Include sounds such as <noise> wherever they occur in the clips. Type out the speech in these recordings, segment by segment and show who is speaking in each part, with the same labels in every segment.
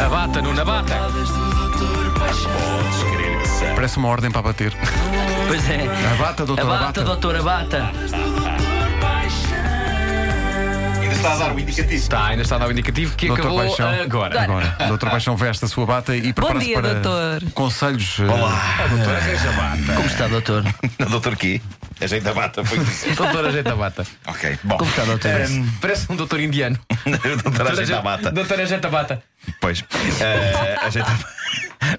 Speaker 1: Abata, Nuno, abata.
Speaker 2: Parece uma ordem para bater.
Speaker 3: Pois é.
Speaker 2: Abata, doutor, abata.
Speaker 3: Abata, doutor, abata.
Speaker 4: Ainda está a dar o indicativo.
Speaker 1: Está, Tá, ainda está a dar o indicativo que
Speaker 2: Doutor
Speaker 1: acabou
Speaker 2: Paixão.
Speaker 1: agora.
Speaker 2: Agora, doutor Paixão veste a sua bata e prepara-se
Speaker 5: dia,
Speaker 2: para
Speaker 5: doutor.
Speaker 2: conselhos. eh,
Speaker 3: Como está, doutor?
Speaker 4: Doutor Ki, a gente abata, foi
Speaker 1: <laughs>
Speaker 4: isso.
Speaker 1: Doutor Ajeita Bata.
Speaker 4: ok, bom.
Speaker 3: Como está,
Speaker 4: <laughs>
Speaker 3: doutor?
Speaker 1: Parece um doutor indiano.
Speaker 4: doutor, a gente abata.
Speaker 1: Doutor Ajeita Bata.
Speaker 4: Pois. Eh, a gente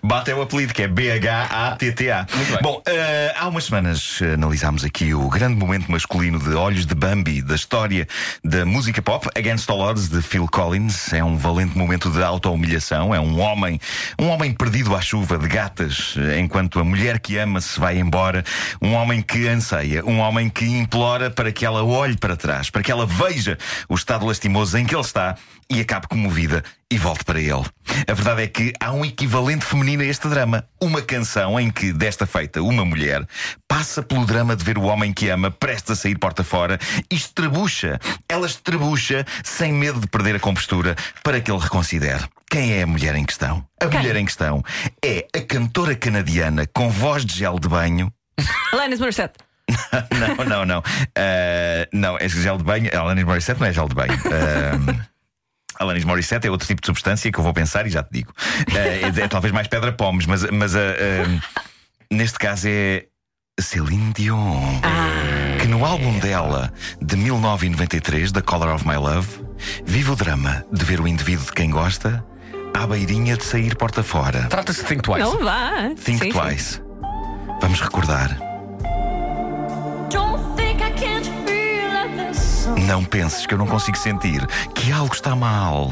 Speaker 4: Bata é o apelido, que é B-H-A-T-T-A.
Speaker 1: bem.
Speaker 4: Bom, eh, há umas semanas eh, analisámos aqui o grande momento masculino de Olhos de Bambi da história da música pop, Against All Odds, de Phil Collins. É um valente momento de auto-humilhação. É um homem, um homem perdido à chuva de gatas, eh, enquanto a mulher que ama se vai embora. Um homem que anseia, um homem que implora para que ela olhe para trás, para que ela veja o estado lastimoso em que ele está e acabe comovida e volte para ele. A verdade é que há um equivalente feminino a este drama. Uma canção em que, desta feita, uma mulher passa pelo drama de ver o homem que ama prestes a sair porta fora e estrebucha. Ela estrebucha sem medo de perder a compostura para que ele reconsidere. Quem é a mulher em questão? A mulher em questão é a cantora canadiana com voz de gel de banho
Speaker 5: Alanis Morissette.
Speaker 4: não, <laughs> não, não. Ah, não, esse gel de banho. Alanis Morissette não é gel de banho. Ah, Alanis Morissette é outro tipo de substância que eu vou pensar e já te digo. Ah, é, é talvez mais pedra-pomes, mas, mas ah, ah, neste caso é Celine Dion.
Speaker 5: Ah.
Speaker 4: Que no álbum dela de 1993, The Color of My Love, vive o drama de ver o indivíduo de quem gosta à beirinha de sair porta fora.
Speaker 1: Trata-se de Think Twice.
Speaker 5: Não Então vá.
Speaker 4: Think
Speaker 5: Tá. Sim, sim.
Speaker 4: Twice. Vamos recordar.
Speaker 6: Don't think I can't feel like this.
Speaker 4: Não penses que eu não consigo sentir que algo está mal.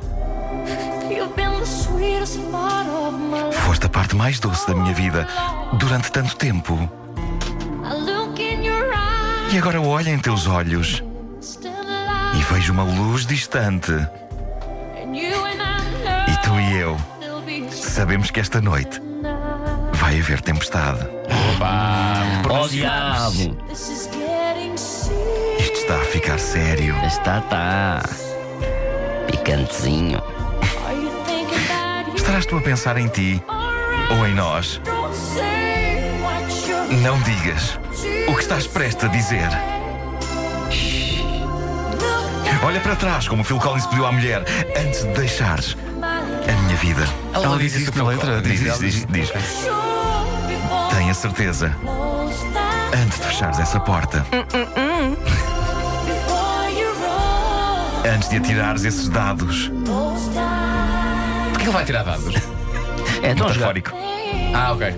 Speaker 6: You've been the sweetest part of my life.
Speaker 4: Foste a parte mais doce da minha vida durante tanto tempo.
Speaker 6: I look in your eyes,
Speaker 4: E agora olho em teus olhos
Speaker 6: still
Speaker 4: e
Speaker 6: alive.
Speaker 4: vejo uma luz distante.
Speaker 6: And you and
Speaker 4: E
Speaker 6: I know
Speaker 4: tu e eu
Speaker 6: there'll be
Speaker 4: sabemos que esta noite
Speaker 6: tonight.
Speaker 4: vai haver tempestade.
Speaker 3: Ó diabo.
Speaker 6: This is getting serious.
Speaker 4: Isto está a ficar sério.
Speaker 3: Está, tá. Picantezinho.
Speaker 6: Are you thinking that you
Speaker 4: Estarás tu a pensar em ti
Speaker 6: alright?
Speaker 4: ou em nós?
Speaker 6: Don't say what you're
Speaker 4: Não digas o que estás prestes a dizer. Olha para trás, como Phil Collins pediu à mulher, antes de deixares a minha vida.
Speaker 2: Ela diz isso na letra?
Speaker 4: Diz,
Speaker 2: Diz,
Speaker 4: diz, diz, diz. Tenha certeza, antes de fechares essa porta, antes de atirares esses dados,
Speaker 1: Porquê que ele vai tirar dados?
Speaker 3: É tão jogado.
Speaker 4: metafórico,
Speaker 1: Ah, ok.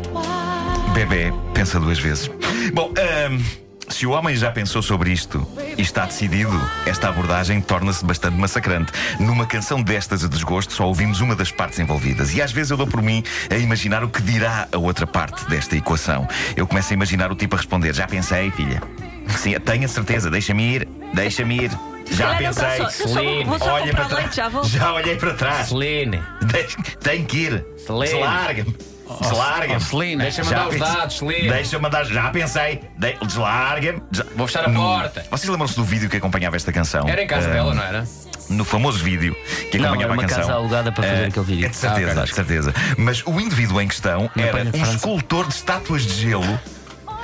Speaker 4: bebê, pensa duas vezes. Bom, ahm, se o homem já pensou sobre isto e está decidido, esta abordagem torna-se bastante massacrante. Numa canção destas a desgosto, só ouvimos uma das partes envolvidas. E às vezes eu dou por mim a imaginar o que dirá a outra parte desta equação. Eu começo a imaginar o tipo a responder: Já pensei, filha. Sim, tenha certeza, deixa-me ir, deixa-me ir. Já
Speaker 5: Olha, não tá
Speaker 4: pensei.
Speaker 5: só- eu só vou- vou só
Speaker 4: Olha
Speaker 5: comprar
Speaker 4: para
Speaker 5: leite,
Speaker 4: trás.
Speaker 5: já
Speaker 4: <laughs>
Speaker 5: vou.
Speaker 4: olhei para trás.
Speaker 1: Celine.
Speaker 4: Tem- Tem que ir. Se
Speaker 1: Lene.
Speaker 4: larga-me. Deslarga-me.
Speaker 1: oh, Selena, deixa-me mandar os dados, Selena.
Speaker 4: Deixa-me mandar. Já pensei. De... Deslarga-me. Des-
Speaker 1: Vou fechar a
Speaker 4: Não.
Speaker 1: porta.
Speaker 4: Vocês lembram-se do vídeo que acompanhava esta canção?
Speaker 1: Era em casa
Speaker 4: Ah,
Speaker 1: dela, não era?
Speaker 4: No famoso vídeo que
Speaker 3: Não, era
Speaker 4: acompanhava
Speaker 3: uma
Speaker 4: a é canção.
Speaker 3: casa alugada para fazer
Speaker 4: Ah,
Speaker 3: aquele vídeo.
Speaker 4: É de certeza,
Speaker 1: Ah, ok. é
Speaker 4: de certeza. Mas o indivíduo em questão era
Speaker 3: Espanha,
Speaker 4: um
Speaker 3: França.
Speaker 4: escultor de estátuas de gelo.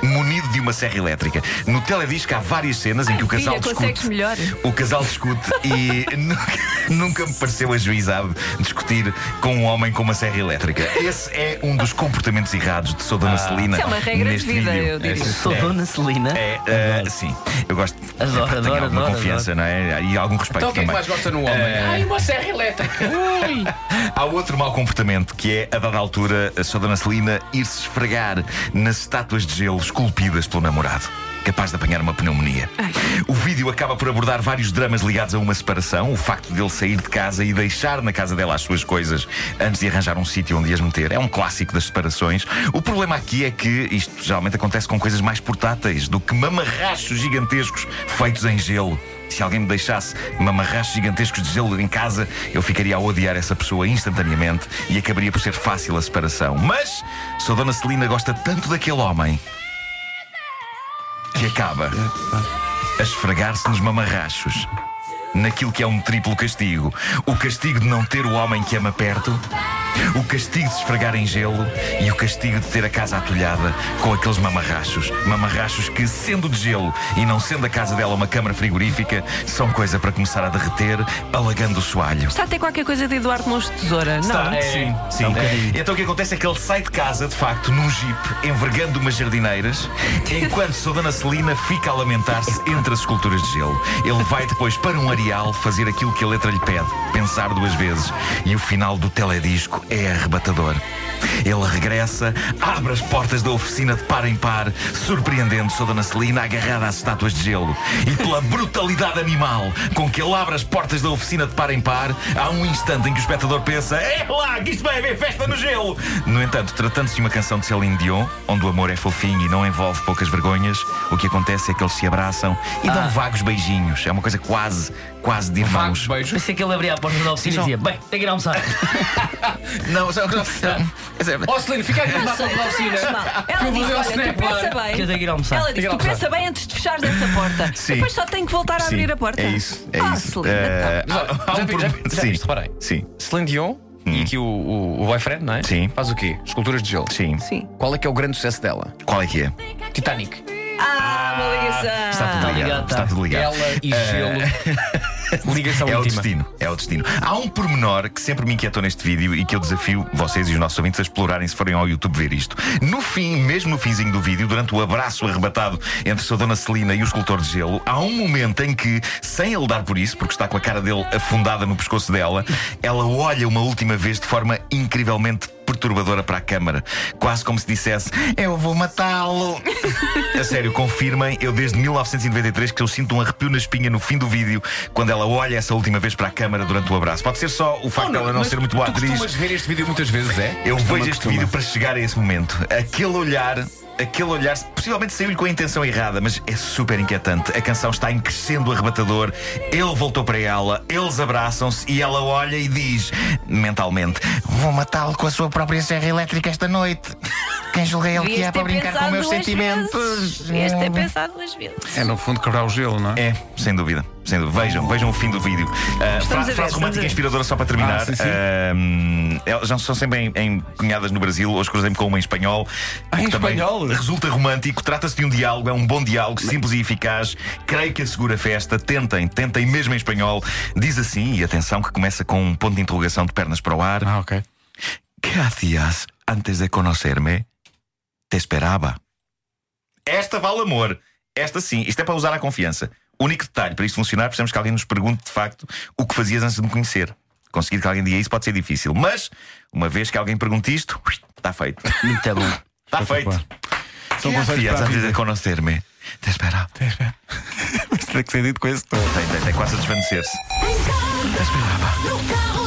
Speaker 4: Munido de uma serra elétrica. No teledisco há várias cenas em que o
Speaker 5: Ai,
Speaker 4: casal
Speaker 5: filha,
Speaker 4: discute.
Speaker 5: consegues melhor.
Speaker 4: O casal discute e <laughs> nunca, nunca me pareceu ajuizado discutir com um homem com uma serra elétrica. Esse é um dos comportamentos errados de sua
Speaker 3: Ah.
Speaker 4: dona Celina.
Speaker 5: Isso é uma regra de
Speaker 4: neste
Speaker 5: vida,
Speaker 4: vídeo.
Speaker 5: eu diria.
Speaker 4: É,
Speaker 3: Sou dona Celina.
Speaker 4: é, é, sim, eu gosto.
Speaker 3: Adoro,
Speaker 4: Epá, tenho
Speaker 3: adoro,
Speaker 4: alguma
Speaker 3: adoro,
Speaker 4: confiança, não é? E algum respeito
Speaker 1: Então o que é que
Speaker 4: também.
Speaker 1: mais gosta no homem? Ai, uma serra elétrica. Ui.
Speaker 4: Há outro mau comportamento que é, a dada altura, a sua dona Celina ir-se esfregar nas estátuas de gelo esculpidas pelo namorado. Capaz de apanhar uma pneumonia. O vídeo acaba por abordar vários dramas ligados a uma separação, o facto dele sair de casa e deixar na casa dela as suas coisas antes de arranjar um sítio onde as meter. É um clássico das separações. O problema aqui é que isto geralmente acontece com coisas mais portáteis do que mamarrachos gigantescos feitos em gelo. Se alguém me deixasse mamarrachos gigantescos de gelo em casa, eu ficaria a odiar essa pessoa instantaneamente e acabaria por ser fácil a separação. Mas sua dona Celina gosta tanto daquele homem que acaba a esfregar-se nos mamarrachos naquilo que é um triplo castigo: o castigo de não ter o homem que ama perto, o castigo de se esfregar em gelo e o castigo de ter a casa atulhada com aqueles mamarrachos. Mamarrachos que, sendo de gelo e não sendo a casa dela uma câmara frigorífica, são coisa para começar a derreter, alagando o soalho.
Speaker 5: Está a ter qualquer coisa de Eduardo Mons de Tesoura, não?
Speaker 4: Está, é, sim, sim. Então o que acontece é que ele sai de casa, de facto, num jeep, envergando umas jardineiras, enquanto sua dona Celina fica a lamentar-se entre as esculturas de gelo. Ele vai depois para um areal fazer aquilo que a letra lhe pede, pensar duas vezes. E o final do teledisco é arrebatador. Ele regressa, abre as portas da oficina de par em par, surpreendendo sua dona Celina agarrada às estátuas de gelo. E pela brutalidade animal com que ele abre as portas da oficina de par em par, há um instante em que o espectador pensa: é lá, que isto vai haver festa no gelo! No entanto, tratando-se de uma canção de Celine Dion, onde o amor é fofinho e não envolve poucas vergonhas, o que acontece é que eles se abraçam e dão vagos beijinhos. É uma coisa quase, quase de irmãos.
Speaker 1: Vagos beijos.
Speaker 3: Pensei que ele abria a porta da oficina e dizia: Bem, tem que ir almoçar.
Speaker 4: Não, só, <laughs> só, só-
Speaker 1: Ó, Celina, fica aqui na sala da oficina.
Speaker 4: é?
Speaker 5: Ela
Speaker 1: Eu vou
Speaker 5: disse,
Speaker 1: ver o
Speaker 5: olha,
Speaker 1: snack
Speaker 5: tu pensa
Speaker 1: bar.
Speaker 3: Que eu tenho que
Speaker 5: bem.
Speaker 3: ir almoçar.
Speaker 5: Ela
Speaker 1: Tenho
Speaker 5: disse,
Speaker 1: que
Speaker 5: tu
Speaker 1: ir
Speaker 5: pensa bem antes de fechares essa porta.
Speaker 4: Sim.
Speaker 5: Depois só tenho que voltar a
Speaker 4: Sim,
Speaker 5: abrir a porta.
Speaker 4: É isso, é
Speaker 5: Ah,
Speaker 4: isso.
Speaker 5: Celina,
Speaker 4: Eh,
Speaker 5: então.
Speaker 4: há- há
Speaker 1: tá. Já
Speaker 4: um
Speaker 1: vi- já vi-
Speaker 4: problema-
Speaker 1: já
Speaker 4: Sim.
Speaker 1: viste, reparei.
Speaker 4: Sim.
Speaker 1: Celine Dion e aqui o, o, o boyfriend, não é?
Speaker 4: Sim.
Speaker 1: Faz o quê? Esculturas de gelo.
Speaker 4: Sim.
Speaker 5: Sim.
Speaker 1: Qual é que é o grande sucesso dela?
Speaker 4: Qual é que é?
Speaker 1: Titanic.
Speaker 5: Ah, uma ligação.
Speaker 4: Está tudo ligado.
Speaker 3: ligado, tá.
Speaker 4: Ah. Está tudo ligado.
Speaker 1: Ela e gelo. Eh, <laughs> Ligação
Speaker 4: É o
Speaker 1: íntima.
Speaker 4: destino, é o destino. Há um pormenor que sempre me inquietou neste vídeo e que eu desafio vocês e os nossos ouvintes a explorarem se forem ao YouTube ver isto. No fim, mesmo no finzinho do vídeo, durante o abraço arrebatado entre sua dona Celina e o escultor de gelo, há um momento em que, sem ele dar por isso, porque está com a cara dele afundada no pescoço dela, ela olha uma última vez de forma incrivelmente perturbadora para a câmara, quase como se dissesse: Eu vou
Speaker 1: <laughs>
Speaker 4: matá-lo. A sério, confirmem, eu desde 1993 que eu sinto um arrepio na espinha no fim do vídeo quando ela olha essa última vez para a câmara durante o abraço. Pode ser só o facto dela não
Speaker 1: Oh, mas
Speaker 4: ser é muito boa
Speaker 1: tu
Speaker 4: atriz.
Speaker 1: costumas ver este vídeo muitas vezes, é?
Speaker 4: Eu
Speaker 1: Costuma,
Speaker 4: vejo este
Speaker 1: costuma.
Speaker 4: vídeo para chegar a esse momento. Aquele olhar, aquele olhar, possivelmente saiu-lhe com a intenção errada, mas é super inquietante. A canção está em crescendo arrebatador. Ele voltou para ela, eles abraçam-se e ela olha e diz, mentalmente: Vou matá-lo com a sua própria serra elétrica esta noite. Quem julguei ele que
Speaker 5: Devias
Speaker 4: é para
Speaker 5: ter
Speaker 4: brincar com
Speaker 5: pensado
Speaker 4: meus
Speaker 5: duas
Speaker 4: sentimentos?
Speaker 5: vezes. Devias ter pensado duas vezes.
Speaker 2: É no fundo quebrar o gelo, não é?
Speaker 4: É, sem dúvida. Sem dúvida. Vejam, vejam o fim do vídeo. Ah, fra-
Speaker 5: a ver, estamos
Speaker 4: frase
Speaker 5: a
Speaker 4: romântica
Speaker 5: ver.
Speaker 4: inspiradora só para terminar.
Speaker 2: Ah, sim, sim.
Speaker 4: Ahm, elas já são sempre em, em cunhadas no Brasil, hoje cruzei-me com uma em espanhol.
Speaker 1: Ah, em
Speaker 4: que também
Speaker 1: espanhol?
Speaker 4: Resulta romântico, trata-se de um diálogo, é um bom diálogo, simples e eficaz. Creio que assegura a festa. Tentem, tentem mesmo em espanhol. Diz assim, e atenção que começa com um ponto de interrogação de pernas para o ar.
Speaker 2: Ah, ok.
Speaker 4: ¿Qué hacías antes de conocerme? Te esperaba. Esta vale amor. Esta sim. Isto é para usar a confiança. Único detalhe, para isto funcionar, precisamos que alguém nos pergunte de facto o que fazias antes de me conhecer. Conseguir que alguém diga isso pode ser difícil. Mas, uma vez que alguém pergunte isto, está feito.
Speaker 3: Muito bom.
Speaker 4: Está feito.
Speaker 2: São
Speaker 4: ¿Qué
Speaker 2: conselhos para
Speaker 4: hacías
Speaker 2: a
Speaker 4: antes de
Speaker 2: vida.
Speaker 4: conocerme? Te esperaba.
Speaker 2: <laughs> Tem que ser dito com esse tom.
Speaker 4: Tem, tem, tem quase a desvanecer-se.
Speaker 6: No carro